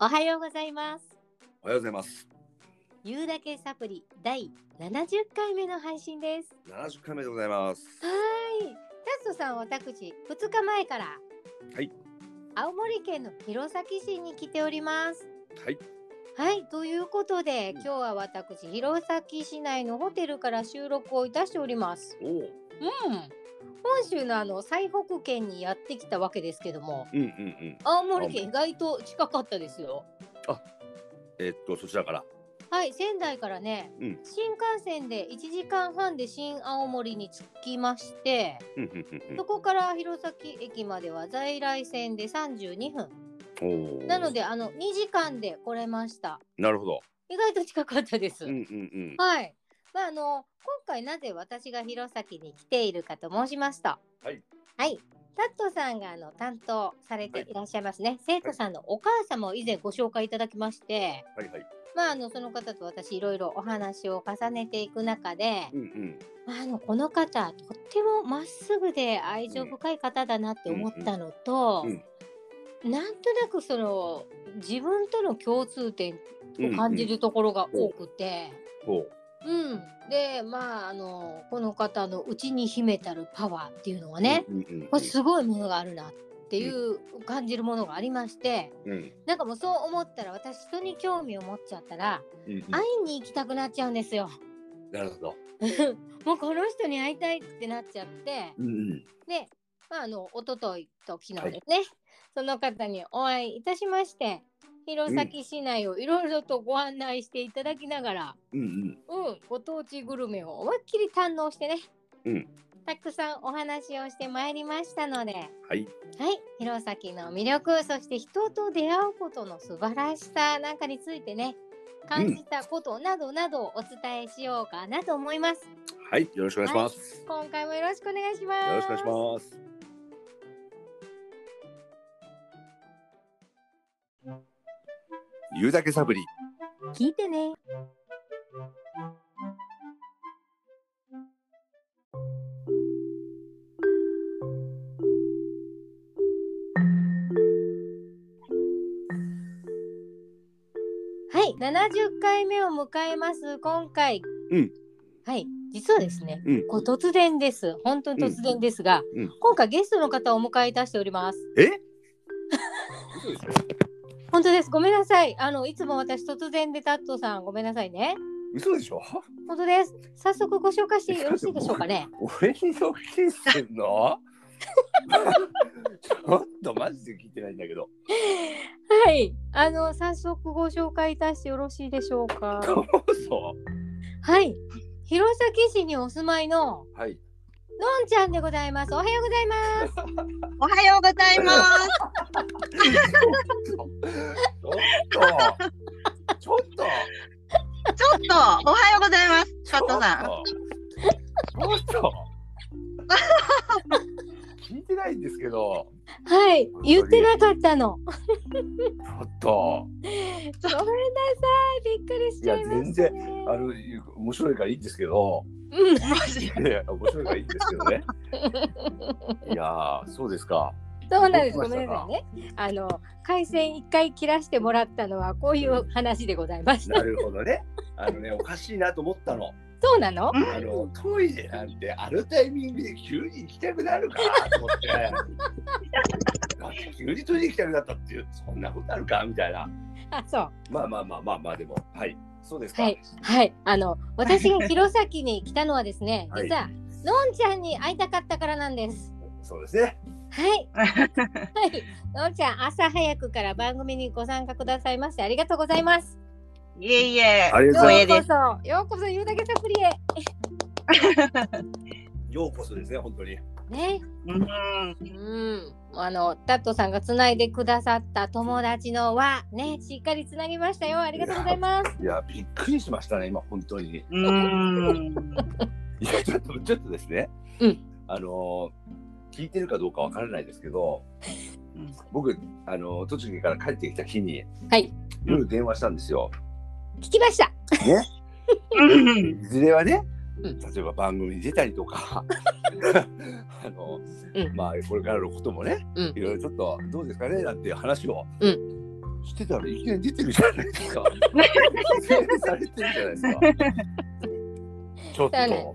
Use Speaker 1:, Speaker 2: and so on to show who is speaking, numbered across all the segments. Speaker 1: おはようございます。
Speaker 2: おはようございます。
Speaker 1: ゆうだけサプリ第70回目の配信です。
Speaker 2: 七十回目でございます。
Speaker 1: はーい。タッソさん私2日前から
Speaker 2: はい
Speaker 1: 青森県の弘前市に来ております。
Speaker 2: はい。
Speaker 1: はい、ということで、
Speaker 2: う
Speaker 1: 今
Speaker 2: ん
Speaker 1: 日は私弘前市内のホテルから収録をいたしております。
Speaker 2: おお。
Speaker 1: うん。本州のあの最北県にやってきたわけですけども、
Speaker 2: うんうんうん。
Speaker 1: 青森県意外と近かったですよ。
Speaker 2: えっとそちらから。
Speaker 1: はい、仙台からね、
Speaker 2: うん
Speaker 1: 新幹線で1時間半で新青森に着きまして、
Speaker 2: うんうんうん
Speaker 1: そこから弘前駅までは在来線で32分。
Speaker 2: うん。おお。
Speaker 1: なの。で、あの、2時間で来れました。
Speaker 2: なるほど。
Speaker 1: 意外と近かったです。
Speaker 2: うんうん
Speaker 1: はい。まあ、あの、今回なぜ私が弘前に来ているかと申しますと。
Speaker 2: はい。
Speaker 1: はい。タットさんがあの担当されていらっしゃいますね、生徒さんのお母様を以前ご紹介いただきまして、
Speaker 2: うん。はいはい。
Speaker 1: まあ、あのその方と私いろいろお話を重ねていく中で、
Speaker 2: うんうん。
Speaker 1: あのこの方とってもまっすぐで愛情深い方だなって思ったのと、
Speaker 2: うん
Speaker 1: なんとなくその自分との共通点を感じるところが多くて、
Speaker 2: おう
Speaker 1: うんでまああのこの方の内に秘めたるパワーっていうのはね、。
Speaker 2: うんうんうん
Speaker 1: これすごいものがあるなっていう感じるものがありまして
Speaker 2: うん
Speaker 1: なんかもうそう思ったら私人に興味を持っちゃったら
Speaker 2: うんうん。
Speaker 1: 会いに行きたくなっちゃうんですよ。
Speaker 2: なるほど。
Speaker 1: もうこの人に会いたいってなっちゃって
Speaker 2: うんうん。
Speaker 1: で、まあ、あの一昨日と昨日ですね、その方にお会いいたしまして弘前市内をいろいろとご案内していただきながら、
Speaker 2: うんうん。
Speaker 1: うんご当地グルメを思いっきり堪能してね、
Speaker 2: うん
Speaker 1: たくさんお話をしてまいりましたので、はい、
Speaker 2: はい。
Speaker 1: 弘前の魅力そして人と出会うことの素晴らしさなんかについてね感じたことなどなどをお伝えしようかなと思います。
Speaker 2: はい。よろしくお願いします。
Speaker 1: 今回もよろしくお願いします。
Speaker 2: よろしくお願いします。ゆうだけサブリ。
Speaker 1: 聞いてね。はい、70回目を迎えます。今回。
Speaker 2: うん
Speaker 1: はい、実はですね。
Speaker 2: うん
Speaker 1: こう突然です。本当に突然ですが、
Speaker 2: うんうん
Speaker 1: 今回ゲストの方をお迎えいたしております。
Speaker 2: え？ 嘘でしょ。
Speaker 1: 本当です。ごめんなさい。あのいつも私突然でタットさんごめんなさいね。
Speaker 2: 嘘でしょ。
Speaker 1: 本当です。早速ご紹介してよろしいでしょうかね。
Speaker 2: 俺にドッキリしてんの ちょっとマジで聞いてないんだけど。
Speaker 1: はい。あの早速ご紹介いたしてよろしいでしょうか。
Speaker 2: そ
Speaker 1: はい。弘前市にお住まいの
Speaker 2: うはい。
Speaker 1: のんちゃんでございます。おはようございます。
Speaker 3: おはようございます。
Speaker 2: ちょっと。ちょっと。
Speaker 3: ちょっと、おはようございます。
Speaker 2: ち
Speaker 3: 加
Speaker 2: ょっと。
Speaker 3: 藤さん。
Speaker 2: ちょっと。聞いてないんですけど。
Speaker 1: はい。言ってなかったの。
Speaker 2: ちょっと。
Speaker 1: ごめんなさい。びっくりしちゃいました、ね。
Speaker 2: いや全然あの面白いからいいんですけど。
Speaker 1: うん。
Speaker 3: マジ
Speaker 2: いや面白いからいいんですけど ね。いやーそうですか。
Speaker 1: そうなんです。
Speaker 2: ど
Speaker 1: ご
Speaker 2: う
Speaker 1: めん
Speaker 2: しました
Speaker 1: なさ
Speaker 2: か
Speaker 1: いね。あの回線一回切らしてもらったのはこういう話でございました。
Speaker 2: なるほどね。あのねおかしいなと思ったの。
Speaker 1: そうなの？
Speaker 2: あのトイレなんてあるタイミングで急に行きたくなるかと思 って。なんか急にトイレ行きたくなったっていうそんなことあるかみたいな。
Speaker 1: あ、そう。
Speaker 2: まあまあまあまあまあでもはいそうですか。
Speaker 1: はい、はい、あの私が弘前に来たのはですね、
Speaker 2: はい
Speaker 1: 実はのんちゃんに会いたかったからなんです。
Speaker 2: そうですね。
Speaker 1: はい、はい、のんちゃん朝早くから番組にご参加くださいましてありがとうございます。
Speaker 3: いえいえ。
Speaker 2: ありがとうござ
Speaker 3: 光
Speaker 2: い
Speaker 3: 栄
Speaker 1: よ
Speaker 3: で
Speaker 1: うこそ、ようこそ言うだけサプリへ。
Speaker 2: ようこそですね本当に。
Speaker 1: ね、
Speaker 3: う
Speaker 1: う
Speaker 3: ん。
Speaker 1: ん、あのタットさんがつないでくださった友達の輪ね、しっかりつなぎましたよ。ありがとうございます。
Speaker 2: いやびっくりしましたね今本当に。
Speaker 3: うん。
Speaker 2: いやちょっとちょっとですね。
Speaker 1: うん
Speaker 2: あの聞いてるかどうかわからないですけど僕あの栃木から帰ってきた日に
Speaker 1: はい、
Speaker 2: 夜電話したんですよ。
Speaker 1: 聞きました。
Speaker 2: ね。
Speaker 3: う
Speaker 2: い
Speaker 3: ん。
Speaker 2: ずれはね、
Speaker 1: うん
Speaker 2: 例えば番組に出たりとか あの、
Speaker 1: うん
Speaker 2: まあこれからのこともね
Speaker 1: うん
Speaker 2: い、ろいろちょっとどうですかねなんていう話を、
Speaker 1: う
Speaker 2: してたらいきなり出てるじゃないですか。出演されてるじゃないですか。ちょっ
Speaker 1: だね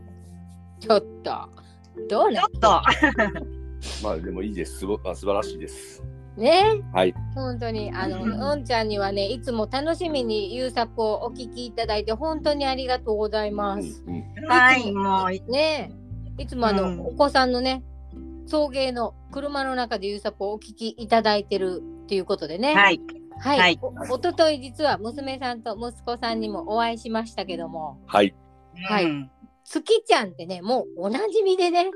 Speaker 2: と、
Speaker 1: ちょっとどう
Speaker 3: ち
Speaker 1: な
Speaker 3: ょっと。
Speaker 2: まあでもいいです。すごあ素晴らしいです。
Speaker 1: ね
Speaker 2: はい
Speaker 1: 本当にあの
Speaker 3: うん
Speaker 1: のんちゃんにはねいつも楽しみに優作をお聞きいただいて本当にありがとうございます。
Speaker 2: うんうん
Speaker 3: はい、もう、い
Speaker 1: ねえいつもあの、
Speaker 3: うん
Speaker 1: お子さんのね送迎の車の中で優作をお聞きいただいてるっていうことでね。
Speaker 3: はい。
Speaker 1: はい、
Speaker 3: はい
Speaker 1: おおととい実は娘さんと息子さんにもお会いしましたけども
Speaker 2: はい。
Speaker 1: はい
Speaker 3: うん
Speaker 1: 月ちゃんってねもうおなじみでね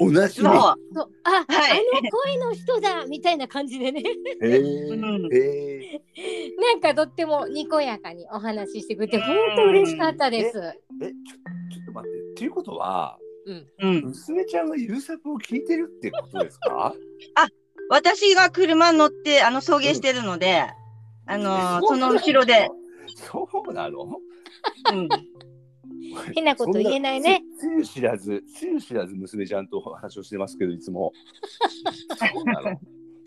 Speaker 2: 同じ
Speaker 3: そ
Speaker 2: み。
Speaker 3: う。
Speaker 1: そうあ、
Speaker 3: はい
Speaker 1: あの声の人だみたいな感じでね
Speaker 2: え
Speaker 3: う
Speaker 2: ー
Speaker 3: ん
Speaker 2: え
Speaker 1: なんかとってもにこやかにお話ししてくれて本当嬉しかったです。
Speaker 2: ー、え、ちょちょっと待って。っていうことは、
Speaker 3: うん。
Speaker 2: 娘ちゃんが優作を聞いてるってことですか
Speaker 3: 私が車に乗って、あの、送迎してるので、あの、その後ろで、。
Speaker 2: そうなの
Speaker 3: うん。
Speaker 1: 変なこと言えないね。
Speaker 2: そんなつつゆ知らず、 つゆ知らず娘ちゃんとお話をしてますけど、いつも。そ うなの。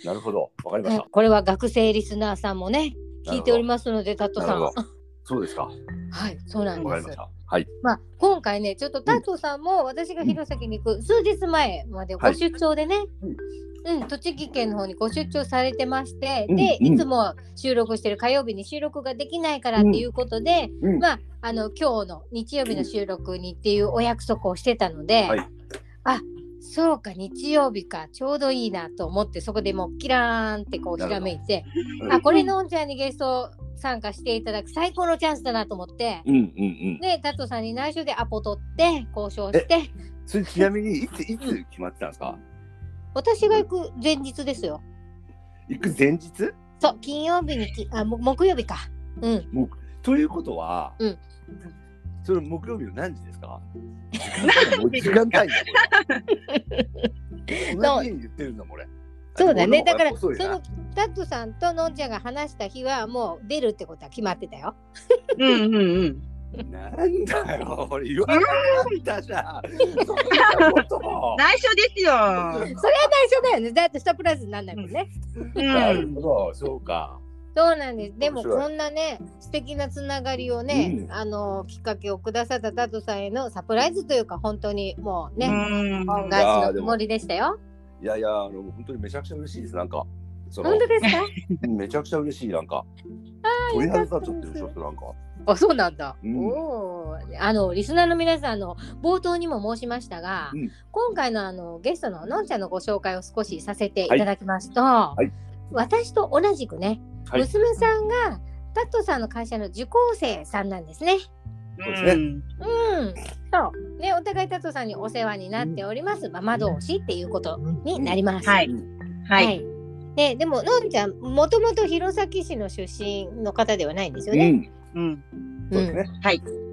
Speaker 2: なるほど。わかりました
Speaker 1: うん。これは学生リスナーさんもね
Speaker 2: なるほど
Speaker 1: 聞いておりますのでタット
Speaker 2: な
Speaker 1: さん
Speaker 2: るほど。そうですか。わ
Speaker 1: はいそうなん
Speaker 2: か
Speaker 1: で
Speaker 2: りますし。た。はい。
Speaker 1: まあ今回ねちょっとタットさんも私が弘前に行く数日前までご出張でね、うん栃木県の方にご出張されてまして、
Speaker 2: うん
Speaker 1: で
Speaker 2: うん
Speaker 1: いつも収録してる火曜日に収録ができないからっていうことで、
Speaker 2: うんうん
Speaker 1: まああの今日の日曜日の収録にっていうお約束をしてたので、
Speaker 2: はい
Speaker 1: あそうか日曜日かちょうどいいなと思ってそこでもうキラーンってこうひらめいて
Speaker 2: ほど
Speaker 1: あこれのんちゃんにゲスト参加していただく最高のチャンスだなと思って。
Speaker 2: うんうんうん。
Speaker 1: で、タトさんに内緒でアポ取って交渉して、
Speaker 2: それちなみにいついつ決まってたんですか。
Speaker 1: 私が行く前日ですよ。
Speaker 2: 行く前日？
Speaker 1: そう、金曜日にき、あ、も木曜日か。うん。
Speaker 2: ということは、
Speaker 1: うん
Speaker 2: それ木曜日の何時で すか？時間帯だ。 時間帯だ。これ同じように言ってるんだもん俺。
Speaker 1: そうだね。
Speaker 2: 俺
Speaker 1: だ
Speaker 2: の
Speaker 1: から、
Speaker 2: 方
Speaker 1: そ
Speaker 2: が遅いな
Speaker 1: のタトさんとのんちゃんが話した日は、もう出るってことは決まってたよ。
Speaker 3: うんうんうん。
Speaker 2: なんだ よ、俺言わなかったじゃん。そんなこと。
Speaker 3: 内緒です
Speaker 1: そ
Speaker 3: よ。
Speaker 1: れは内緒だよね。だってサプライズになんないもんね。
Speaker 2: な
Speaker 3: う
Speaker 2: る
Speaker 3: ん。
Speaker 2: ほど、そうか。
Speaker 1: そうなんです。でも、
Speaker 2: 面白い
Speaker 1: こんなね、素敵なつながりをね、
Speaker 2: うん
Speaker 1: あの、きっかけをくださったタトさんへのサプライズというか、本当にもう
Speaker 3: う
Speaker 1: ね、
Speaker 3: ん。
Speaker 1: 恩
Speaker 2: が
Speaker 1: 返しのつもりでしたよ。
Speaker 2: いやいや、あの本当にめちゃくちゃ嬉しいです。なんか、その
Speaker 1: 本当です か
Speaker 2: めちゃくちゃ嬉しいなんか。鳥肌立っちゃってるちょっとなんか。
Speaker 1: あそうなんだ。
Speaker 2: うん
Speaker 1: おおあのリスナーの皆さんあの冒頭にも申しましたが、
Speaker 2: うん
Speaker 1: 今回のあのゲストののんちゃんのご紹介を少しさせていただきますと、
Speaker 2: い
Speaker 1: 私と同じくね、
Speaker 2: はい
Speaker 1: 娘さんがタットさんの会社の受講生さんなんですね。
Speaker 3: う
Speaker 1: う
Speaker 3: ん。
Speaker 1: ん、そうねお互いタットさんにお世話になっております、ママ同士っていうことになります。
Speaker 3: はい
Speaker 2: うん
Speaker 3: は。
Speaker 1: はいいね、でものんちゃんもともと弘前市の出身の方ではないんですよ
Speaker 2: う
Speaker 1: ね。
Speaker 2: ん、
Speaker 3: うん。
Speaker 2: そうですね。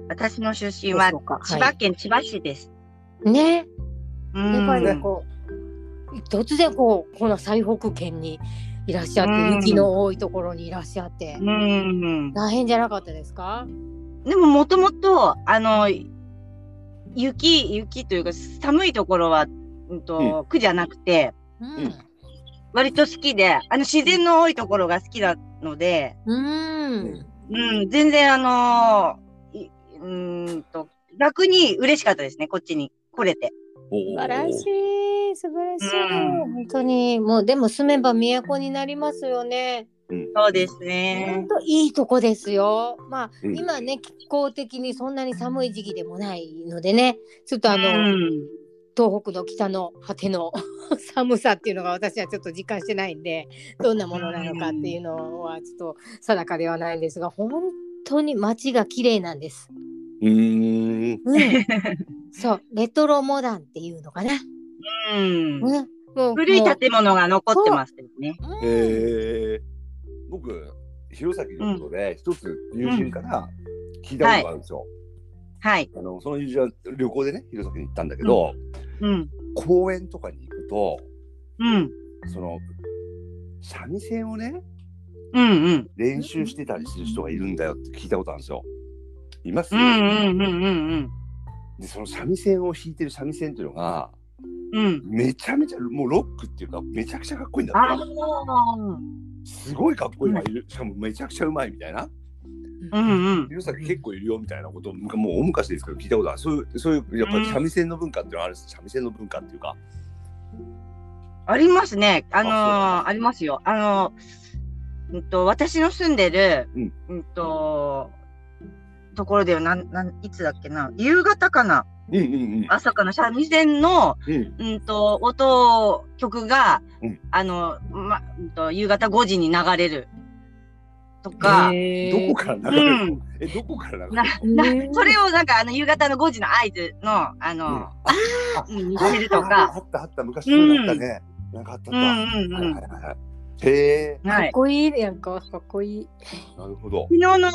Speaker 3: 私の出身は
Speaker 1: そうか
Speaker 3: 千葉県千葉市です。
Speaker 1: うんね
Speaker 3: う
Speaker 1: やっぱりね
Speaker 3: ん。
Speaker 1: こう突然こうこの最北県にいらっしゃって、
Speaker 3: うん
Speaker 1: 雪の多いところにいらっしゃって、
Speaker 3: うん。
Speaker 1: 大変じゃなかったですか
Speaker 3: でももともと、あの、雪、雪というか寒いところは、うんと、苦じゃなくて、
Speaker 1: うん
Speaker 3: 割と好きで、あの自然の多いところが好きなので、
Speaker 1: うん
Speaker 3: うん、全然あの、いうーんと、楽に嬉しかったですね、こっちに来れて。
Speaker 1: 素
Speaker 2: 素
Speaker 1: 晴らしい素晴らしい、
Speaker 3: うん
Speaker 1: 本当にもうでも住めば都になりますよね
Speaker 3: そうです
Speaker 1: 本
Speaker 3: ね。
Speaker 1: 当いいとこですよまあ、
Speaker 2: うん
Speaker 1: 今ね気候的にそんなに寒い時期でもないのでねちょっとあの、
Speaker 3: うん
Speaker 1: 東北の北の果ての 寒さっていうのが私はちょっと実感してないんでどんなものなのかっていうのはちょっと定かではないんですが本当に街が綺麗なんです。
Speaker 2: うーん。
Speaker 1: うん、そうレトロモダンっていうのかな。
Speaker 3: うん
Speaker 1: うん、もう
Speaker 3: 古い建物が残ってますよね。
Speaker 1: もううん
Speaker 2: えー、僕、弘前のことで、一つ友人から聞いたことがあるんですよ。
Speaker 3: はい。
Speaker 2: あのその友人は旅行でね、弘前に行ったんだけど、
Speaker 3: うん。
Speaker 2: 公園とかに行くと、
Speaker 3: うん。
Speaker 2: その三味線をね、
Speaker 3: うんうん。
Speaker 2: 練習してたりする人がいるんだよって聞いたことあるんですよ。います、
Speaker 3: うんうんうんうん
Speaker 2: で、その三味線を弾いてる三味線っていうのが、
Speaker 3: うん。うん。
Speaker 2: めちゃめちゃ、もうロックっていうか、めちゃくちゃかっこいいんだ
Speaker 3: あ
Speaker 2: っ
Speaker 3: あ
Speaker 2: て。すごいかっこいいのがいる、しかもめちゃくちゃうまいみたいな、
Speaker 3: うんうん。
Speaker 2: 龍崎結構いるよみたいなことを、むかもう大昔ですけど聞いたことある、そういう、そういう、やっぱり三味線の文化っていうのはあるんです三味線の文化っていうか、
Speaker 3: ありますね。あのー
Speaker 2: あ
Speaker 3: ありますよ。あのー、うんと、私の住んでる、
Speaker 2: うん
Speaker 3: うんと、ところでは、なん、なん、いつだっけな、夕方かな、
Speaker 2: うんうんうん、
Speaker 3: 朝かな、三味線の、
Speaker 2: うん、
Speaker 3: うんと、音、曲が、
Speaker 2: うん
Speaker 3: あの、ま、うんと、夕方5時に流れる。とか、
Speaker 2: どこ
Speaker 1: こ
Speaker 2: から
Speaker 3: う
Speaker 2: 流れる、
Speaker 3: ん。
Speaker 2: え、どこから流れ
Speaker 3: な
Speaker 2: る、
Speaker 3: な、それをなんか、あの、夕方の5時の合図の、あの、うん、にしてると
Speaker 2: あ
Speaker 3: か、
Speaker 2: ったあった、昔そういうのあったね。なんかあった
Speaker 3: うんう
Speaker 2: あっ
Speaker 3: ん
Speaker 2: た。
Speaker 3: う
Speaker 2: はいは。
Speaker 3: ん
Speaker 2: いはいはい。へえ、
Speaker 1: か
Speaker 3: は
Speaker 1: っ
Speaker 3: い。
Speaker 1: こいいやんかかっこいい。
Speaker 2: なるほど。
Speaker 3: 昨日の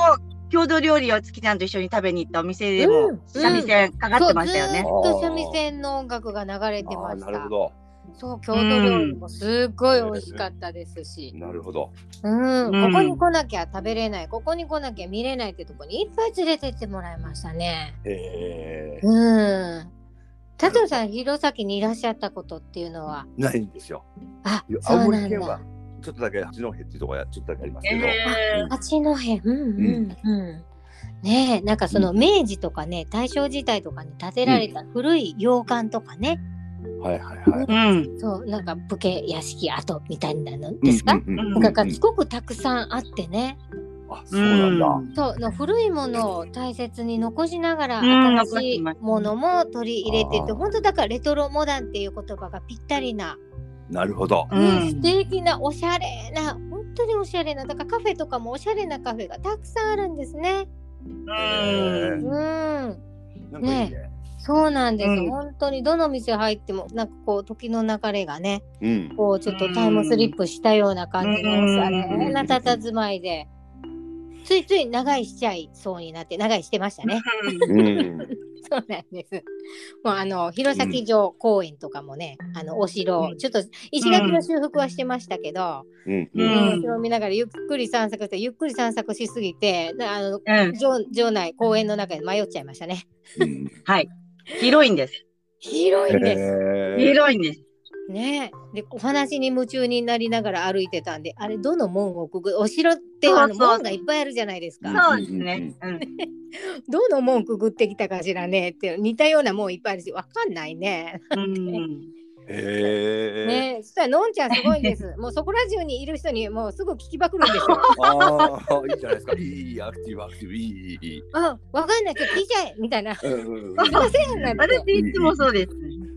Speaker 3: 郷土料理を月ちゃんと一緒に食べに行ったお店で
Speaker 1: う
Speaker 3: も
Speaker 1: ん
Speaker 3: 三味線かかってましたよね。
Speaker 1: そうずーっと三味線の音楽が流れて
Speaker 2: あ
Speaker 1: ま
Speaker 2: あ、
Speaker 1: し
Speaker 2: なる
Speaker 1: た
Speaker 2: ほ。ど。
Speaker 1: そう郷土料理もすっごい美味しかったですし、
Speaker 2: なるほど。
Speaker 1: うん
Speaker 3: うん
Speaker 1: ここに来なきゃ食べれないここに来なきゃ見れないってとこにいっぱい連れてってもらいましたね。
Speaker 2: へえ、
Speaker 1: うん。佐藤さん弘前にいらっしゃったことっていうのは
Speaker 2: ないんですよ。
Speaker 1: あそ
Speaker 2: 青
Speaker 1: うな
Speaker 2: 森
Speaker 1: ん
Speaker 2: 県は
Speaker 1: だ。
Speaker 2: ちょっとだけ八戸っていうところちょっとだけありますけど。
Speaker 3: えー
Speaker 1: 八戸うんうんうん。ねえなんかその明治とかね大正時代とかに建てられた古い洋館とかね、
Speaker 2: うんはいはいはい。
Speaker 3: うん。
Speaker 1: そうなんか武家屋敷跡みたいなのですか、
Speaker 2: うんうんうんう
Speaker 3: うんん
Speaker 1: なんかすごくたくさんあってね、
Speaker 2: あ、そうなんだ。
Speaker 1: そうの古いものを大切に残しながら
Speaker 3: うん
Speaker 1: 新しいものも取り入れてて、
Speaker 2: あー
Speaker 1: 本当だからレトロモダンっていう言葉がぴったりな、
Speaker 2: なるほど。
Speaker 3: う
Speaker 1: ね
Speaker 3: ん
Speaker 1: 素敵なおしゃれな本当におしゃれなだからカフェとかもおしゃれなカフェがたくさんあるんですね。
Speaker 2: う
Speaker 1: う
Speaker 2: ん
Speaker 1: ん
Speaker 2: なんかいいね。
Speaker 1: そうなんです、
Speaker 3: うん
Speaker 1: 本当にどの店入ってもなんかこう時の流れがね
Speaker 2: うん。
Speaker 1: こうちょっとタイムスリップしたような感じのおしゃれな佇まいでついつい長居しちゃいそうになって長居してました ね。
Speaker 2: うん。
Speaker 1: そうなんです。もうあの弘前城公園とかもね、あのお城、ちょっと石垣の修復はしてましたけど、
Speaker 2: うん。
Speaker 3: ん
Speaker 1: ねお城を見ながらゆっくり散策して、ゆっくり散策しすぎて、なあの
Speaker 3: うん。
Speaker 1: 城城内公園の中で迷っちゃいましたね。
Speaker 2: うん。
Speaker 3: はい。広いんです。
Speaker 1: 広いんです。
Speaker 2: へえ。
Speaker 3: 広いんです。
Speaker 1: ねでお話に夢中になりながら歩いてたんで、あれどの門をくぐお城ってあの
Speaker 3: そうそう
Speaker 1: 門がいっぱいあるじゃないですか。
Speaker 3: そうですね。うん。
Speaker 1: どの門くぐってきたかしらねって似たような門いっぱいあるし、わかんないね。
Speaker 3: うん。
Speaker 2: へえ。
Speaker 1: ねえ、そしたらのんちゃんすごいん です。もうそこら中にいる人にもうすぐ聞きまくるんですよ。
Speaker 2: ああ、いいじゃないですか。いいいい、アクティブ、アクティブ、いい、いい、いい。
Speaker 1: あ、わかんない人聞いちゃえみたいな。
Speaker 2: うんうんうん
Speaker 1: すいませんなんて
Speaker 3: 私いつもそうです。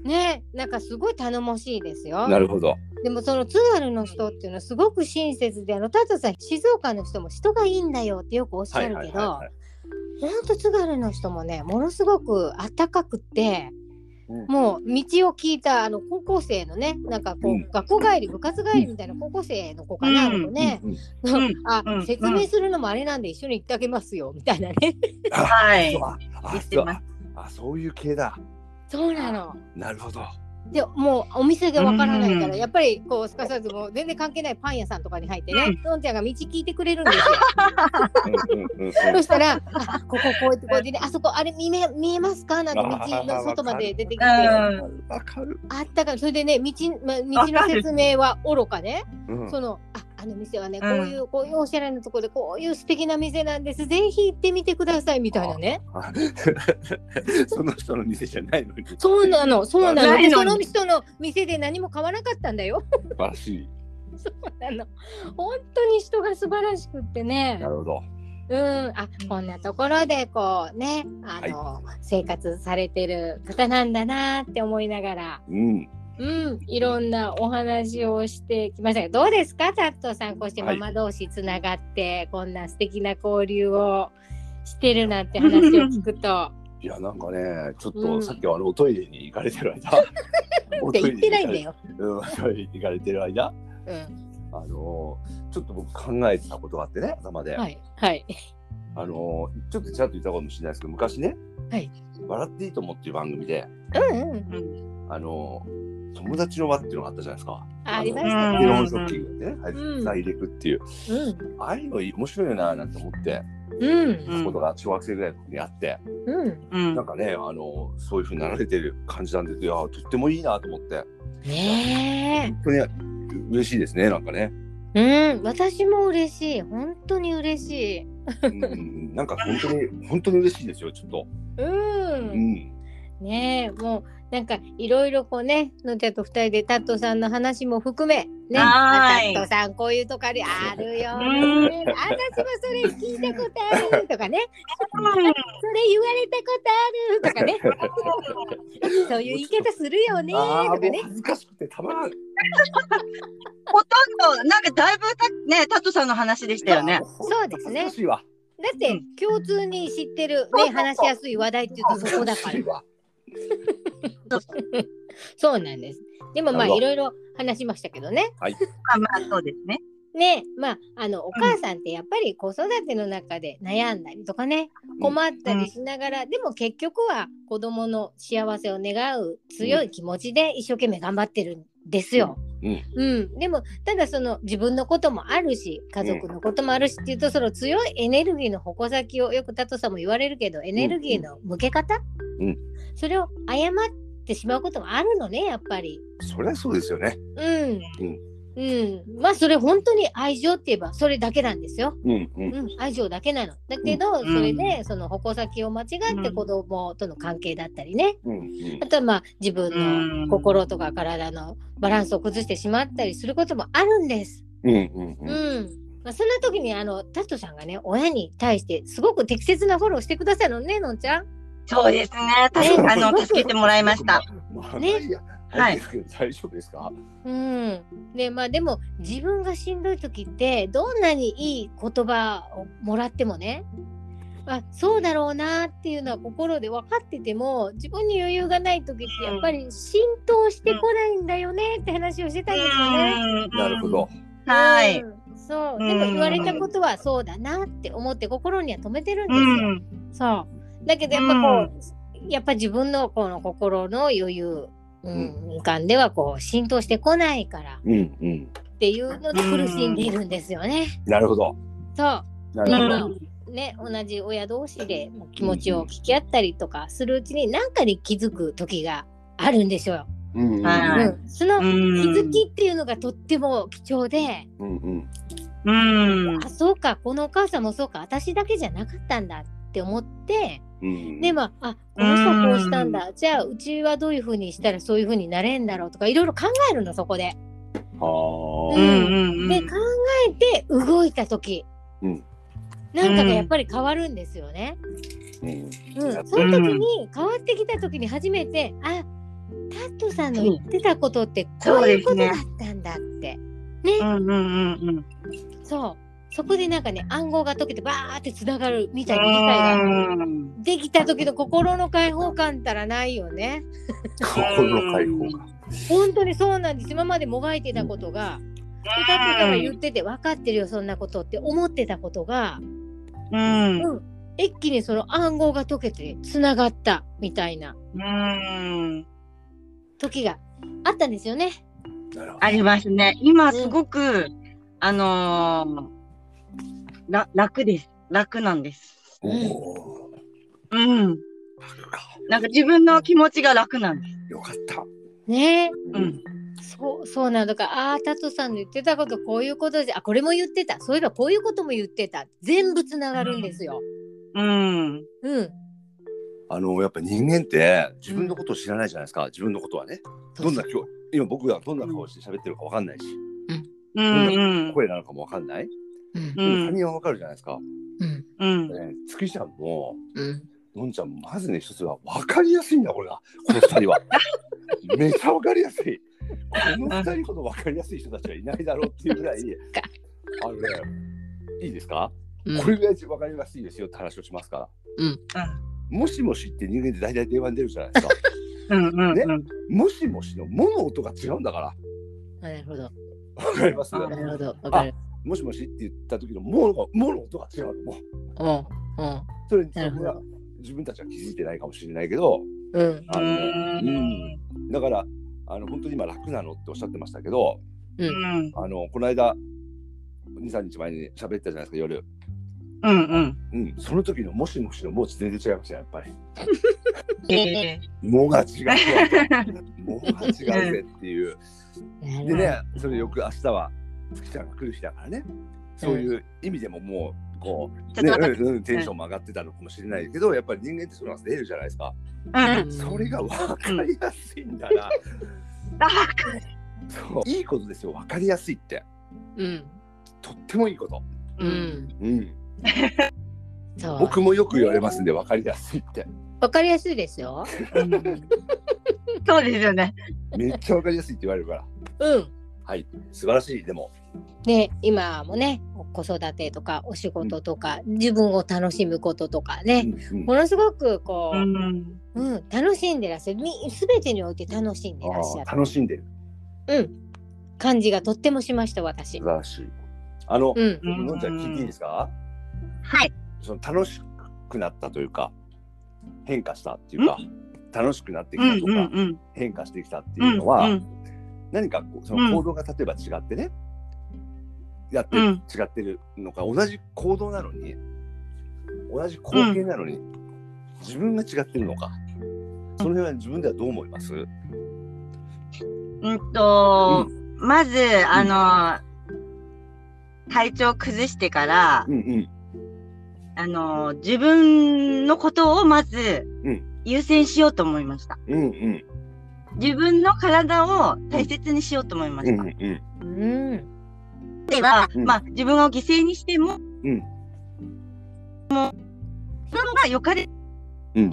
Speaker 1: ねえ、なんかすごい頼もしいです
Speaker 2: な
Speaker 1: よ。
Speaker 2: るほど。
Speaker 1: でもその津軽の人っていうのはすごく親切で、あのタトさん静岡の人も人がいいんだよってよくおっしゃるけど、
Speaker 2: は
Speaker 1: ほんと津軽の人もね、ものすごく暖かくて。
Speaker 2: うん
Speaker 1: もう道を聞いたあの高校生のねなんかこう、
Speaker 2: うん
Speaker 1: 学校帰り部活帰りみたいな高校生の子かな、
Speaker 3: うん
Speaker 1: あの
Speaker 2: いはい
Speaker 1: ね、
Speaker 2: うんうん
Speaker 3: うん
Speaker 1: あ、
Speaker 3: うん
Speaker 1: 説明するのもあれなんで一緒に行ってあげますよみたいな ね
Speaker 3: はい。
Speaker 2: そう
Speaker 3: 行
Speaker 2: ああ
Speaker 3: ってます。
Speaker 2: あ、そういう系だ。
Speaker 1: そうなの
Speaker 2: なるほど。
Speaker 1: でもうお店がわからないか
Speaker 3: う
Speaker 1: ら
Speaker 3: ん
Speaker 1: やっぱりこうすかさずもう全然関係ないパン屋さんとかに入ってね、
Speaker 3: うん
Speaker 1: のんちゃんが道聞いてくれるんです よ
Speaker 2: うんうんうんうん
Speaker 1: そしたら「あこここうやってこうやってねあそこあれ見え見えますか?」なんて道の外まで出てきてあ
Speaker 3: うん
Speaker 2: わかる。
Speaker 1: ったからそれでね道,、ま、道
Speaker 3: わ
Speaker 1: の
Speaker 3: かる
Speaker 1: 説明はおろかね
Speaker 2: うん
Speaker 1: そのああの店はね、
Speaker 3: うん
Speaker 1: こういうこういうおしゃれなところでこういう素敵な店なんですぜひ行ってみてくださいみたいなね
Speaker 2: あ その人の店じゃないのに。素
Speaker 1: そうなのそうなの
Speaker 3: ない
Speaker 1: そ
Speaker 3: の
Speaker 1: の
Speaker 3: に
Speaker 1: 人の店で何も買わなかったんだよ
Speaker 2: 晴らしい。
Speaker 1: そうなの本当に人が素晴らしくってね
Speaker 2: なるほど。
Speaker 1: うんあこんなところでこうねあの、生活されてる方なんだなって思いながら
Speaker 2: うん。
Speaker 1: うんいろんなお話をしてきましたけどどうですかタットさんこうして
Speaker 2: は
Speaker 1: マ
Speaker 2: い
Speaker 1: マ同士つながって、こんな素敵な交流をしてるなんて話を聞くと。
Speaker 2: いや、なんかね、ちょっ
Speaker 1: う
Speaker 2: と
Speaker 1: ん
Speaker 2: さっきはあのおトイレに行かれて る間。お
Speaker 1: って
Speaker 2: トイ
Speaker 1: 言っ
Speaker 2: レに
Speaker 1: てないんだよ。
Speaker 2: うん、おトイレに行かれてる間。
Speaker 1: うん、
Speaker 2: あのちょっと僕考えてたことがあってね頭で、
Speaker 1: はいはい
Speaker 2: あのちょっとちゃんと言ったかもしれないですけど昔ね「
Speaker 1: はい
Speaker 2: 笑っていいと思」っていう番組で、
Speaker 1: うんうん
Speaker 3: うん
Speaker 2: あの友達の輪っていうのがあったじゃないですか。
Speaker 1: ありまし
Speaker 2: す
Speaker 1: た
Speaker 2: テ
Speaker 1: ね
Speaker 2: ロンショッキングってね、はい
Speaker 1: うん
Speaker 2: 大陸っていう、
Speaker 1: うん
Speaker 2: ああいうの面白いななんて思って
Speaker 1: うん
Speaker 2: ことが小学生ぐらいの時にあって、
Speaker 1: うん
Speaker 3: うん
Speaker 2: なんかねあのそういうふうになられてる感じなんですよいやとってもいいなと思って
Speaker 1: ね
Speaker 2: 本当に嬉しいですねなんかね。
Speaker 1: えうん、私も嬉しい。本当に嬉しい。
Speaker 2: うん、なんか本当に、本当に嬉しいですよ、ちょっと。
Speaker 1: うん。
Speaker 2: うん。
Speaker 1: ねえ、もう、なんか、いろいろこうね、のちゃんと二人でタットさんの話も含め。ね、
Speaker 3: は
Speaker 1: タ
Speaker 3: ーい
Speaker 1: ットさん、こういうとかであるよね。
Speaker 3: うん
Speaker 1: 私もそれ聞いたことあるとかね、
Speaker 3: う
Speaker 1: それ言われたことあるとかね。 そういう言い方するよね
Speaker 2: あ
Speaker 1: と
Speaker 2: あ、
Speaker 1: か
Speaker 2: もう
Speaker 1: ね。
Speaker 2: 恥ずかしくてたまらん。
Speaker 3: んほとんど、なんかだいぶた、ね、タトさんの話でしたよね。
Speaker 1: そうですね
Speaker 2: 恥ずかしいわ。
Speaker 1: だって共通に知ってる
Speaker 3: そうそう
Speaker 1: ね話しやすい話題っていうとそこだか
Speaker 2: 恥ずし
Speaker 1: ら
Speaker 2: い。わ
Speaker 1: そうなんです。でもまあ
Speaker 2: な
Speaker 1: い
Speaker 2: るほど
Speaker 1: ろいろ話しましたけどね。
Speaker 3: まあまあ、そうですね。
Speaker 1: ねまああのお母さんってやっぱり子育ての中で悩んだりとかね
Speaker 2: ん
Speaker 1: 困ったりしながら、でも結局は子供の幸せを願う強い気持ちで一生懸命頑張ってるんですよ。
Speaker 2: うん
Speaker 1: うん、でもただその自分のこともあるし家族のこともあるしっていうと、その強いエネルギーの矛先をよくタトさんも言われるけどエネルギーの向け方、
Speaker 2: うん
Speaker 1: それを誤ってしまうこともあるのねやっぱり。
Speaker 2: そりゃそうですよね。
Speaker 1: うん、うんまあそれ本当に愛情って言えばそれだけなんですよ。
Speaker 2: うん、うん。
Speaker 1: うん、愛情だけなの。だけど、
Speaker 3: ん
Speaker 1: それでその矛先を間違って子供との関係だったりね、
Speaker 2: うん、うん
Speaker 1: あ。とはまあ自分
Speaker 3: う
Speaker 1: の
Speaker 3: ん
Speaker 1: 心とか体のバランスを崩してしまったりすることもあるんです。
Speaker 2: うん、うん
Speaker 1: う
Speaker 2: うんん。
Speaker 1: まあ、そんな時にあのタットさんがね親に対してすごく適切なフォローしてくださるのねのんちゃん。
Speaker 3: そうですね。た
Speaker 2: うん
Speaker 3: あの、助けてもらいました。。
Speaker 2: まあ、
Speaker 1: ね
Speaker 2: まあいいやはい。ですけど大丈夫ですか。
Speaker 1: うんでまあ、でも自分がしんどい時ってどんなにいい言葉をもらってもねあそうだろうなっていうのは心で分かってても自分に余裕がない時ってやっぱり浸透してこないんだよねって話をしてたんですよね。
Speaker 2: なるほ。ど。
Speaker 3: はい。
Speaker 1: うんそうでも言われたことはそうだなって思って心には留めてるんで
Speaker 3: う
Speaker 1: すよ。
Speaker 3: ん。
Speaker 1: そうだけどやっぱこう、やっぱ自分のこの心の余裕、うん、感ではこう浸透してこないから。
Speaker 2: うん、うん。
Speaker 1: っていうので苦しんでいるんですよね。
Speaker 2: なるほど。
Speaker 1: そ
Speaker 2: な
Speaker 1: う、
Speaker 2: る
Speaker 1: だか
Speaker 2: ほ
Speaker 1: ら
Speaker 2: ど。
Speaker 1: ね、同じ親同士で気持ちを聞き合ったりとかするうちに何かに気づく時があるんでしょうよ。
Speaker 2: うん、うん、
Speaker 1: う
Speaker 3: はい
Speaker 1: ん、その
Speaker 3: う
Speaker 1: 気づ
Speaker 3: ん。
Speaker 1: きっていうのがとっても貴重で、
Speaker 2: うん、うん。
Speaker 3: うん。
Speaker 1: あそうかこのお母さんもそうか私だけじゃなかったんだって思って
Speaker 2: うん。
Speaker 1: でまああこの人はこうしたんだじゃあうちはどういうふうにしたらそういうふうになれんだろうとかいろいろ考えるのそこで。
Speaker 2: は
Speaker 3: う
Speaker 2: あ。
Speaker 3: ん。うん。
Speaker 1: で考えて動いた時、
Speaker 2: うん
Speaker 1: なんかがやっぱり変わるんですよね。
Speaker 2: うん。
Speaker 1: うん
Speaker 2: うん
Speaker 1: その時に変わってきた時に初めてあタットさんの言ってたことってこういうことだったんだって
Speaker 3: うん。うん。うん。
Speaker 1: そうそこでなんかね暗号が解けてバーってつながるみたいな理解が
Speaker 3: うん
Speaker 1: できた時の心の解放感たらないよね。
Speaker 2: 心の解放が。
Speaker 1: 本当にそうなんです今までもがいてたことが。でタットさんが言ってて分かってるよそんなことって思ってたことが
Speaker 3: うん
Speaker 1: うん一気にその暗号が解けてつながったみたいな
Speaker 3: うん
Speaker 1: 時があったんですよね。
Speaker 2: なるほど
Speaker 3: ありますね。今すごく、あのーら楽です。楽なんです。
Speaker 2: おー
Speaker 3: うん。なんか自分の気持ちが楽なんです。
Speaker 2: よかった。
Speaker 1: ねえ
Speaker 3: うん。
Speaker 1: そうそうなんだからああータトさんの言ってたことこういうことであこれも言ってたそういえばこういうことも言ってた全部つながるんですよ。
Speaker 3: うん。
Speaker 1: うん、
Speaker 2: あのやっぱ人間って自分のことを知らないじゃないですか、自分のことはねどんな今日今僕がどんな顔して喋ってるかわかんないし、
Speaker 3: うん。うん。
Speaker 2: 声なのかもわかんない、
Speaker 1: うん
Speaker 2: でも他
Speaker 3: うん。
Speaker 2: 人はわかるじゃないですか、
Speaker 1: うん
Speaker 3: うん。
Speaker 2: ね、月ちゃんも
Speaker 1: うん
Speaker 2: のんちゃんもまずね一つはわかりやすいんだこれがこの二 人はめちゃわかりやすいこの二人ほどわかりやすい人たちはいないだろうっていうぐらい
Speaker 1: か
Speaker 2: あのねいいですか、
Speaker 1: うん
Speaker 2: これぐらいわかりやすいですよって話をしますから、
Speaker 1: うん
Speaker 2: もしもしって人間って大体電話に出るじゃないですか
Speaker 3: うん。うん。
Speaker 2: ねもしもしの「も」の音が違うんだから
Speaker 1: なるほど
Speaker 2: わかります
Speaker 3: あ
Speaker 1: なるほどわかる。
Speaker 2: もしもしって言った時の「も」の「も」の音が違うのもう
Speaker 1: うんうん
Speaker 2: それに
Speaker 1: なるほど
Speaker 2: 自分たちは気づいてないかもしれないけど
Speaker 1: うん
Speaker 2: あのね
Speaker 3: う
Speaker 2: うんだからあの本当に今楽なのっておっしゃってましたけど
Speaker 3: うん。
Speaker 2: あのこの間23日前に喋ったじゃないですか夜、
Speaker 3: うん。うん。
Speaker 2: うん、その時の「もしもし」の「も」全然違いましたやっぱり
Speaker 3: え
Speaker 2: 「も」が違うわ 「も」が違うぜっていう
Speaker 1: なるほ
Speaker 2: で
Speaker 1: ど
Speaker 2: ねそれよく明日は福ちゃんが来る日だからねそういう意味でももうこう、
Speaker 3: ち
Speaker 2: ね
Speaker 3: ょっと待
Speaker 2: うんうんテンションも上がってたのかもしれないけどやっぱり人間ってそういうのが出るじゃないですか
Speaker 3: うん。
Speaker 2: それが分かりやすいんだな、
Speaker 3: あ
Speaker 2: そういいことですよ分かりやすいって
Speaker 1: うん
Speaker 2: とってもいいこと、
Speaker 1: う
Speaker 3: うん。
Speaker 1: ん
Speaker 2: うん、
Speaker 1: そう
Speaker 2: 僕もよく言われますんで分かりやすいって
Speaker 1: わかりやすいです よ
Speaker 3: そうですよね。
Speaker 2: めっちゃ分かりやすいって言われるから
Speaker 1: うん
Speaker 2: はい素晴らしいでも
Speaker 1: で今もね子育てとかお仕事とか、自分を楽しむこととかね、
Speaker 2: うんうん
Speaker 1: ものすごくこ
Speaker 3: う
Speaker 1: う、
Speaker 3: ん。
Speaker 1: うん、楽しんでらっしゃるみ全てにおいて楽しんでらっしゃ
Speaker 2: あー
Speaker 1: る
Speaker 2: 楽しんでる
Speaker 1: 感じがとってもしました私
Speaker 2: 素。晴らしいあの、
Speaker 1: うん、
Speaker 3: うん
Speaker 2: のんちゃん聞いていいですか
Speaker 3: はい。
Speaker 2: その楽しくなったというか変化したっていうか楽しくなってき
Speaker 3: うん
Speaker 2: たと
Speaker 3: う
Speaker 2: か、
Speaker 3: んうん。
Speaker 2: 変化してきたって
Speaker 3: う
Speaker 2: いうんのは、
Speaker 3: うん
Speaker 2: 何かこうそ
Speaker 3: うん
Speaker 2: の行動が例えば違ってね、やって、
Speaker 3: うん
Speaker 2: 違ってるのか同じ行動なのに同じ光景なのに、自分が違ってるのかその辺は自分ではどう思います、
Speaker 3: うんと、まず、あの、体調崩してから、
Speaker 2: うんうん
Speaker 3: あの、自分のことをまず
Speaker 2: うん、
Speaker 3: 優先しようと思いました。
Speaker 2: うんうん
Speaker 3: 自分の体を大切にしようと思いま
Speaker 2: う
Speaker 3: し
Speaker 2: ん
Speaker 3: た。
Speaker 2: うん
Speaker 1: うん、
Speaker 3: では、
Speaker 2: うん
Speaker 3: まあ、自分を犠牲にしても、
Speaker 2: うん
Speaker 3: もう、自分が良かれ、
Speaker 2: うん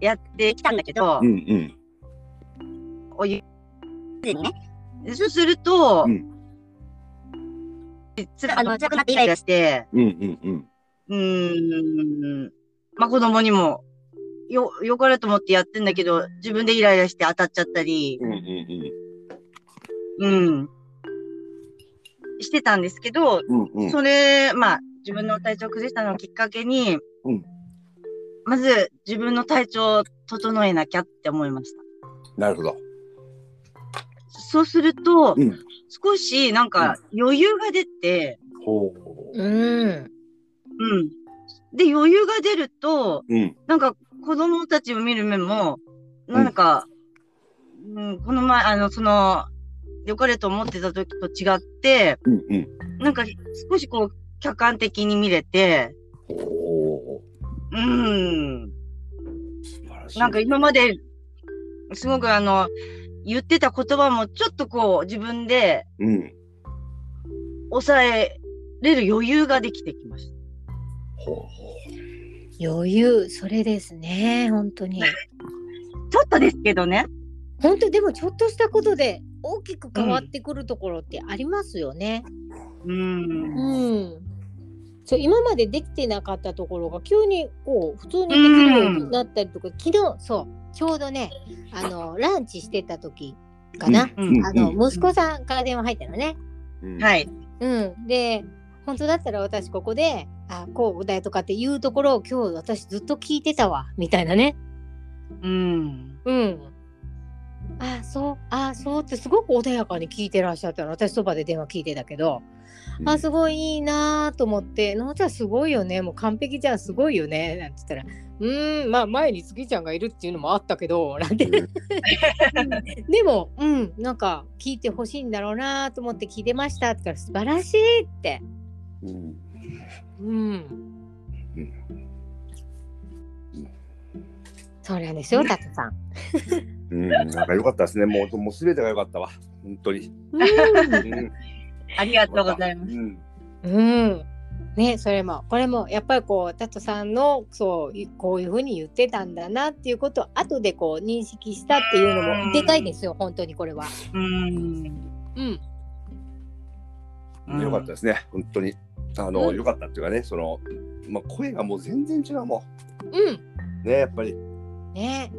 Speaker 3: やってきたんだけど、
Speaker 2: うんうん
Speaker 3: お湯でね。そうすると、
Speaker 2: う
Speaker 3: つらあの辛くなってイライラして、
Speaker 2: うんうんうん
Speaker 3: うーん、まあ子供にも、よ、よかれと思ってやってんだけど、自分でイライラして当たっちゃったり、
Speaker 2: うんうん
Speaker 3: うん、してたんですけど、
Speaker 2: うんうん
Speaker 3: それ、まあ、自分の体調を崩したのをきっかけに、
Speaker 2: うん
Speaker 3: まず自分の体調を整えなきゃって思いました。
Speaker 2: なるほど。
Speaker 3: そうすると、
Speaker 2: うん
Speaker 3: 少しなんか余裕が出て、
Speaker 2: ほう。
Speaker 1: うん、
Speaker 3: うん。で、余裕が出ると、
Speaker 2: うん。
Speaker 3: なんか子供たちを見る目も、なんか、うんこの前、あの、その、良かれと思ってた時と違って、
Speaker 2: うんうん。
Speaker 3: なんか少しこう、客観的に見れて、
Speaker 2: ほ
Speaker 3: うん、
Speaker 2: う。素晴らしい。
Speaker 3: なんか今まで、すごくあの、言ってた言葉もちょっとこう、自分で
Speaker 2: うん。
Speaker 3: 抑えれる余裕ができてきました。
Speaker 2: ほうほ
Speaker 1: 余裕それですね本当に
Speaker 3: ちょっとですけどね。
Speaker 1: 本当でもちょっとしたことで大きく変わってくるところってありますよね。
Speaker 3: うん。
Speaker 1: うんそう今までできてなかったところが急にこう普通にできるようになったりとか、昨日そうちょうどねあのランチしてた時かな、
Speaker 2: う。
Speaker 3: うん
Speaker 1: あの息子さんから電話入ったのね。
Speaker 2: うん
Speaker 3: はい。
Speaker 1: うん、で本当だったら私ここで「あこうだよ」とかっていうところを今日私ずっと聞いてたわみたいなね。
Speaker 3: うん。
Speaker 1: うんあそうあそうってすごく穏やかに聞いてらっしゃったの私そばで電話聞いてたけど、
Speaker 2: うん
Speaker 1: あすごいいいなーと思って「のーちゃんすごいよねもう完璧じゃんすごいよね」なんて言ったら「うーんまあ前に月ちゃんがいるっていうのもあったけど」なんてでも、うん、なんか聞いてほしいんだろうなと思って聞いてましたって言ったら素晴らしいって。
Speaker 2: うん
Speaker 1: うん。
Speaker 2: うん
Speaker 1: そうなんですよ、タトさん。
Speaker 2: うん。なんか良かったですね。もう、もうすべてが良かったわ。本当に。うん。
Speaker 3: ありがとうございます。
Speaker 2: うん。
Speaker 1: うん。ね、それも、これも、やっぱりこう、タトさんの、そう、いこういうふうに言ってたんだなっていうことを、後でこう認識したっていうの
Speaker 3: うん
Speaker 1: も、でかいですよ、本当にこれは。
Speaker 3: うん。
Speaker 1: うん。
Speaker 2: 良かったですね。本当に。あの、良かったっていうかね、その、まあ、声がもう全然違うも
Speaker 1: うん。
Speaker 2: ん。ね、やっぱり。
Speaker 1: ね。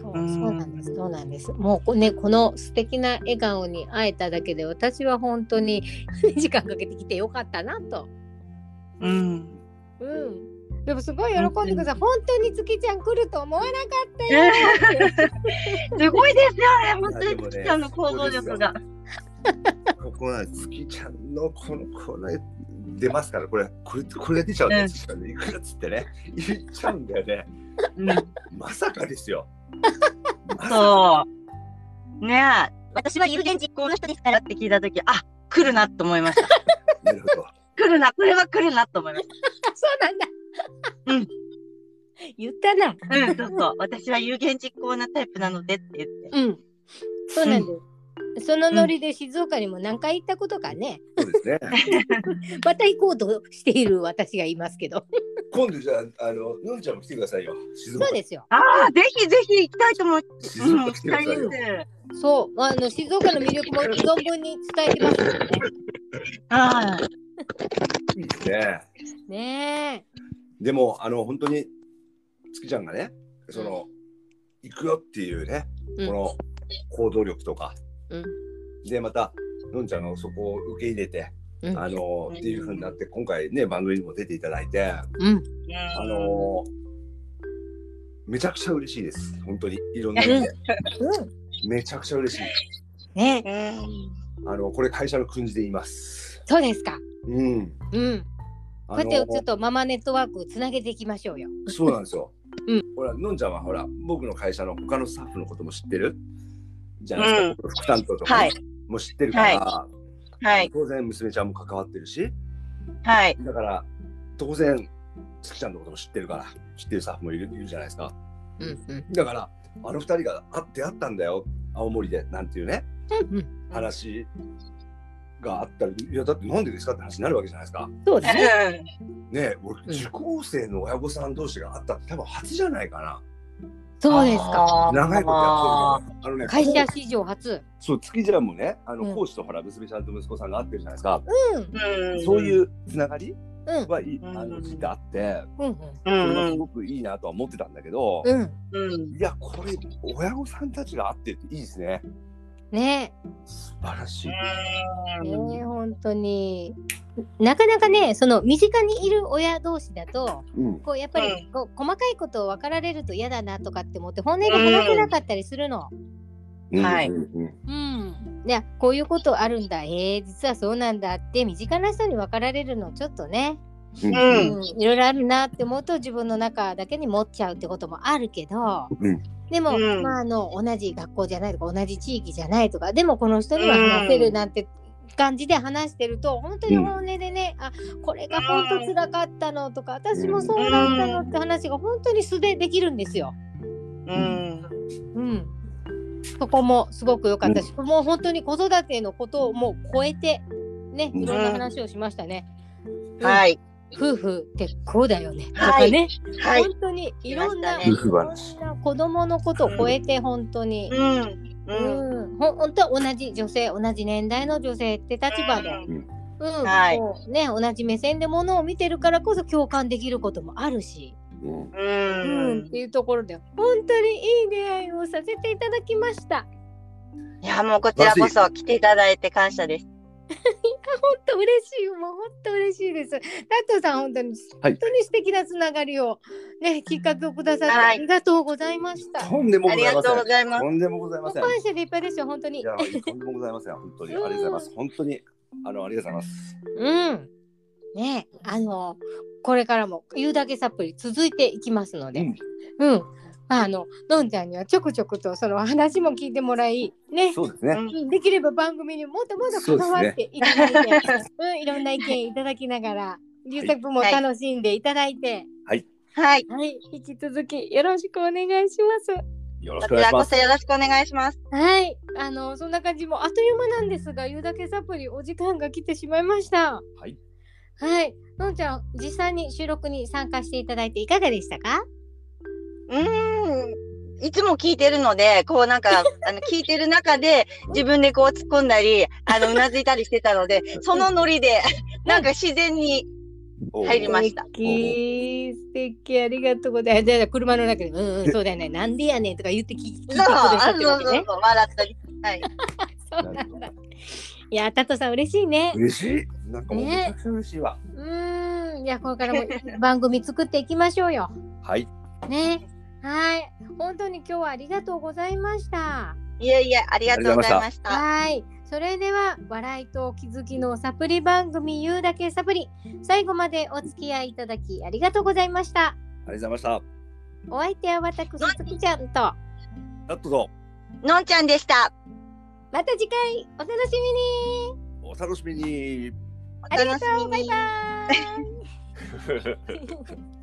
Speaker 1: そう、
Speaker 3: うん
Speaker 1: そうなんです。そうなんです。もうこ、ね、この素敵な笑顔に会えただけで、私は本当に 時間かけてきてよかったなと。
Speaker 3: うん。
Speaker 1: うん。でもすごい喜んでください。本当に月ちゃん来ると思わなかったよ。
Speaker 3: すごいですよね、
Speaker 2: いや
Speaker 3: 本当
Speaker 2: でも
Speaker 3: に
Speaker 2: ね
Speaker 3: 月ちゃんの行動力が。
Speaker 2: ここは月ちゃんのこのこれ出ますからこれこれこれが出ちゃうんだよ、
Speaker 3: うん
Speaker 2: 月ちゃんねいくらっつってね言っちゃうんだよね
Speaker 3: うん
Speaker 2: まさかですよまさか
Speaker 3: そう。ねえ。私は有言実行の人ですからって聞いたとき、あ来るなと思いました。
Speaker 2: なるほど。
Speaker 3: 来るな、これは来るなと思いまし
Speaker 1: そうなんだ。
Speaker 3: うん。
Speaker 1: 言ったな。
Speaker 3: た。うん、そうそう。私は有言実行なタイプなのでって言って。
Speaker 1: うん。そうなんです。そのノリで静岡にも何回行ったことかね、
Speaker 2: そうですね。
Speaker 1: また行こうとしている私がいますけど、
Speaker 2: 今度じゃあ、あの、のんちゃんも来てくださいよ。静岡
Speaker 1: そう。ですよ。
Speaker 3: ああ、ぜひぜひ行きたいと思って。
Speaker 2: 静
Speaker 3: うん、
Speaker 2: 岡
Speaker 3: 行
Speaker 2: 来
Speaker 3: き
Speaker 2: てく
Speaker 3: た
Speaker 2: だ
Speaker 3: い
Speaker 2: さい
Speaker 3: で
Speaker 2: よ。
Speaker 3: す。
Speaker 1: そうあの静岡の魅力も存分に伝えてますよ
Speaker 3: はい。
Speaker 2: ね
Speaker 1: ね。ね
Speaker 2: でも、あの、本当に、月ちゃんがね、その、行くよっていうね、
Speaker 1: え。うん
Speaker 2: この行動力とか、
Speaker 1: うん
Speaker 2: で、また、のんちゃんのそこを受け入れて、
Speaker 1: うん
Speaker 2: あの、っていうふうになって、今回ね、番組にも出ていただいて、あ
Speaker 1: うん。
Speaker 2: の、めちゃくちゃ嬉しいです。本当に、いろんな意味で。
Speaker 1: うん
Speaker 2: めちゃくちゃ嬉しい。
Speaker 1: ねえ
Speaker 3: うん
Speaker 2: あの、これ会社の訓示で言います。
Speaker 1: そうですか。
Speaker 2: うん。
Speaker 1: うん。こう
Speaker 2: あ
Speaker 1: や
Speaker 2: の
Speaker 1: ってちょっとママネットワークつなげていきましょうよ。
Speaker 2: そうなんですよ。
Speaker 1: うん
Speaker 2: ほら、のんちゃんはほら、僕の会社の他のスタッフのことも知ってるじゃないですか。
Speaker 3: うん
Speaker 2: 副担当とかね、
Speaker 3: はい。
Speaker 2: もう知ってるから、
Speaker 3: はい。
Speaker 2: 当然娘ちゃんも関わってるし、
Speaker 3: はい。
Speaker 2: だから、当然、月ちゃんのことも知ってるから、知ってるスタッフもいるいるじゃないですか。
Speaker 1: うんうん。
Speaker 2: だから、あの二人が会って会ったんだよ、青森で、なんていうね、
Speaker 1: うんうん。
Speaker 2: 話があったら、いや、だってなんでですかって話になるわけじゃないですか。
Speaker 1: そうだね。
Speaker 2: ねえ、俺、受講生の親御さん同士が会ったって多分初じゃないかな。
Speaker 1: そうですか。
Speaker 3: か
Speaker 2: 長いことやってるから。あのね、
Speaker 1: 会社史上初。
Speaker 2: そう月ちゃんもねあの、
Speaker 1: うん
Speaker 2: 講師とほら娘ちゃんと息子さんが会ってるじゃないですか、
Speaker 1: うん。
Speaker 3: うん。
Speaker 2: そう
Speaker 3: う
Speaker 2: い
Speaker 3: ん。
Speaker 2: うつながり
Speaker 1: うん。
Speaker 2: はいい、
Speaker 3: うん
Speaker 2: あの実はあって
Speaker 1: うん
Speaker 3: う
Speaker 2: それがす
Speaker 3: ん。
Speaker 2: ごくいいなとは思ってたんだけど、
Speaker 1: うん。うん。
Speaker 3: うん。
Speaker 2: いやこれ親御さんたちが会ってるっていいですね
Speaker 1: ね
Speaker 2: 素晴らしい、
Speaker 1: え。ねえ、本当に。なかなかね、その身近にいる親同士だと、
Speaker 2: うん、
Speaker 1: こうやっぱりこう細かいことを分かられると嫌だなとかって思って本音で話せなかったりするの。
Speaker 3: はい
Speaker 2: うんうんうん
Speaker 1: うん。で、こういうことあるんだ。ええ実はそうなんだって身近な人に分かられるのちょっとね。
Speaker 2: うん
Speaker 3: う
Speaker 1: うん、いろいろあるなって思うと自分の中だけに持っちゃうってこともあるけど、
Speaker 2: うん
Speaker 1: でも、
Speaker 3: うん
Speaker 1: まあ、あの同じ学校じゃないとか同じ地域じゃないとかでもこの人には話せるなんて感じで話してると本当に本音でね、あこれが本当辛かったのとか私もそうなんだよって話が本当に素でできるんですよ。
Speaker 3: うん。
Speaker 1: うんそこもすごく良かったし、もう本当に子育てのことをもう超えてね
Speaker 2: うん
Speaker 1: いろんな話をしましたね。うん
Speaker 3: はい。
Speaker 1: 夫婦ってこうだよね、
Speaker 3: はい
Speaker 1: とかね
Speaker 3: はい。
Speaker 1: 本当にいろんな,、
Speaker 3: し
Speaker 2: 夫
Speaker 3: ま
Speaker 2: 婦話
Speaker 1: 子供のことを超えて本当に、
Speaker 3: うん。
Speaker 1: う
Speaker 3: うん。
Speaker 1: んほん本当は同じ女性同じ年代の女性って立場で、
Speaker 3: うん
Speaker 1: うん
Speaker 3: はい
Speaker 1: こうね、同じ目線でものを見てるからこそ共感できることもあるし、
Speaker 2: うん
Speaker 3: う
Speaker 1: うん
Speaker 3: ん
Speaker 1: っていうところで本当にいい出会いをさせていただきました。
Speaker 3: いや、もうこちらこそ来ていただいて感謝です。
Speaker 1: 本当嬉しいもう本当嬉しいです。タットさん本当に、
Speaker 2: はい
Speaker 1: 本当に素敵なつながりをねきっかけをくださって
Speaker 3: はい
Speaker 1: ありがとうございました。
Speaker 2: とんでも
Speaker 3: あ
Speaker 2: ご
Speaker 3: り
Speaker 2: ざいま
Speaker 3: が
Speaker 2: せ
Speaker 3: と
Speaker 2: ん
Speaker 3: うございます。
Speaker 2: とんでもございません
Speaker 1: 感謝でいっぱいですよ本当
Speaker 2: い
Speaker 1: に。
Speaker 2: やとんでもございません本当にありがとうございます本当にあのありがとうございます
Speaker 1: うん。ねえあのこれからも言うだけサプリ続いていきますので、うん、まああののんちゃんにはちょくちょくとその話も聞いてもらい、
Speaker 2: う
Speaker 1: ね
Speaker 2: ん、、そうですね、
Speaker 1: うんできれば番組にもっともっと
Speaker 2: そうです
Speaker 1: 関
Speaker 2: ね
Speaker 1: わっていただいて、うん、いろんな意見いただきながら、ゆうたくんも
Speaker 3: はい
Speaker 1: 楽しんでいただいて、
Speaker 3: はい。
Speaker 1: はい、引き続きよろしくお願いします。
Speaker 2: よろしく
Speaker 3: こ
Speaker 2: お願い
Speaker 3: ちら
Speaker 2: しま
Speaker 3: こ
Speaker 2: す
Speaker 3: そよろしくお願いします。
Speaker 1: はい、あのそんな感じもあっという間なんですが、言うだけサプリお時間が来てしまいました。
Speaker 2: はい。
Speaker 1: はい、のんちゃん、実際に収録に参加していただいていかがでしたか？
Speaker 3: うーん。いつも聞いてるので、こう なんか、あの、聞いてる中で、自分でこう突っ込んだり、あの、うなずいたりしてたので、そのノリで、なんか自然に入りました。
Speaker 1: 素敵、素敵、ありがとうございます。じゃあ車の中で、うんうん、そうだよね、なんでやねんとか言って聞聞いてく
Speaker 3: そう、
Speaker 1: ださ
Speaker 3: あ
Speaker 1: ってる
Speaker 3: そ
Speaker 1: わ
Speaker 3: う
Speaker 1: け
Speaker 3: そう
Speaker 1: ね。
Speaker 3: そう、笑ったり。はい。
Speaker 1: そう
Speaker 2: なるほど
Speaker 1: いや、タトさん嬉しいね。
Speaker 2: 嬉しいなんかもうめちゃくちゃ嬉しいわ、
Speaker 1: うーん、いや、これからも いい番組作っていきましょうよ。
Speaker 2: はい
Speaker 1: ね。はい、本当に今日はありがとうございました。
Speaker 3: いえいえ、ありがとうございました。
Speaker 1: はい、それでは笑いと気づきのサプリ番組言うだけサプリ。最後までお付き合いいただきありがとうございました。
Speaker 2: ありがとうございまし
Speaker 1: お相手は私つきちゃんと。
Speaker 2: た。やっとぞ。
Speaker 3: のんちゃんでした。
Speaker 1: また次回お楽しみに。
Speaker 2: おお楽しみに。
Speaker 3: お
Speaker 1: あり
Speaker 3: 楽
Speaker 1: が
Speaker 3: し
Speaker 1: とう、
Speaker 3: み
Speaker 1: バイ
Speaker 3: に。
Speaker 1: バーイ。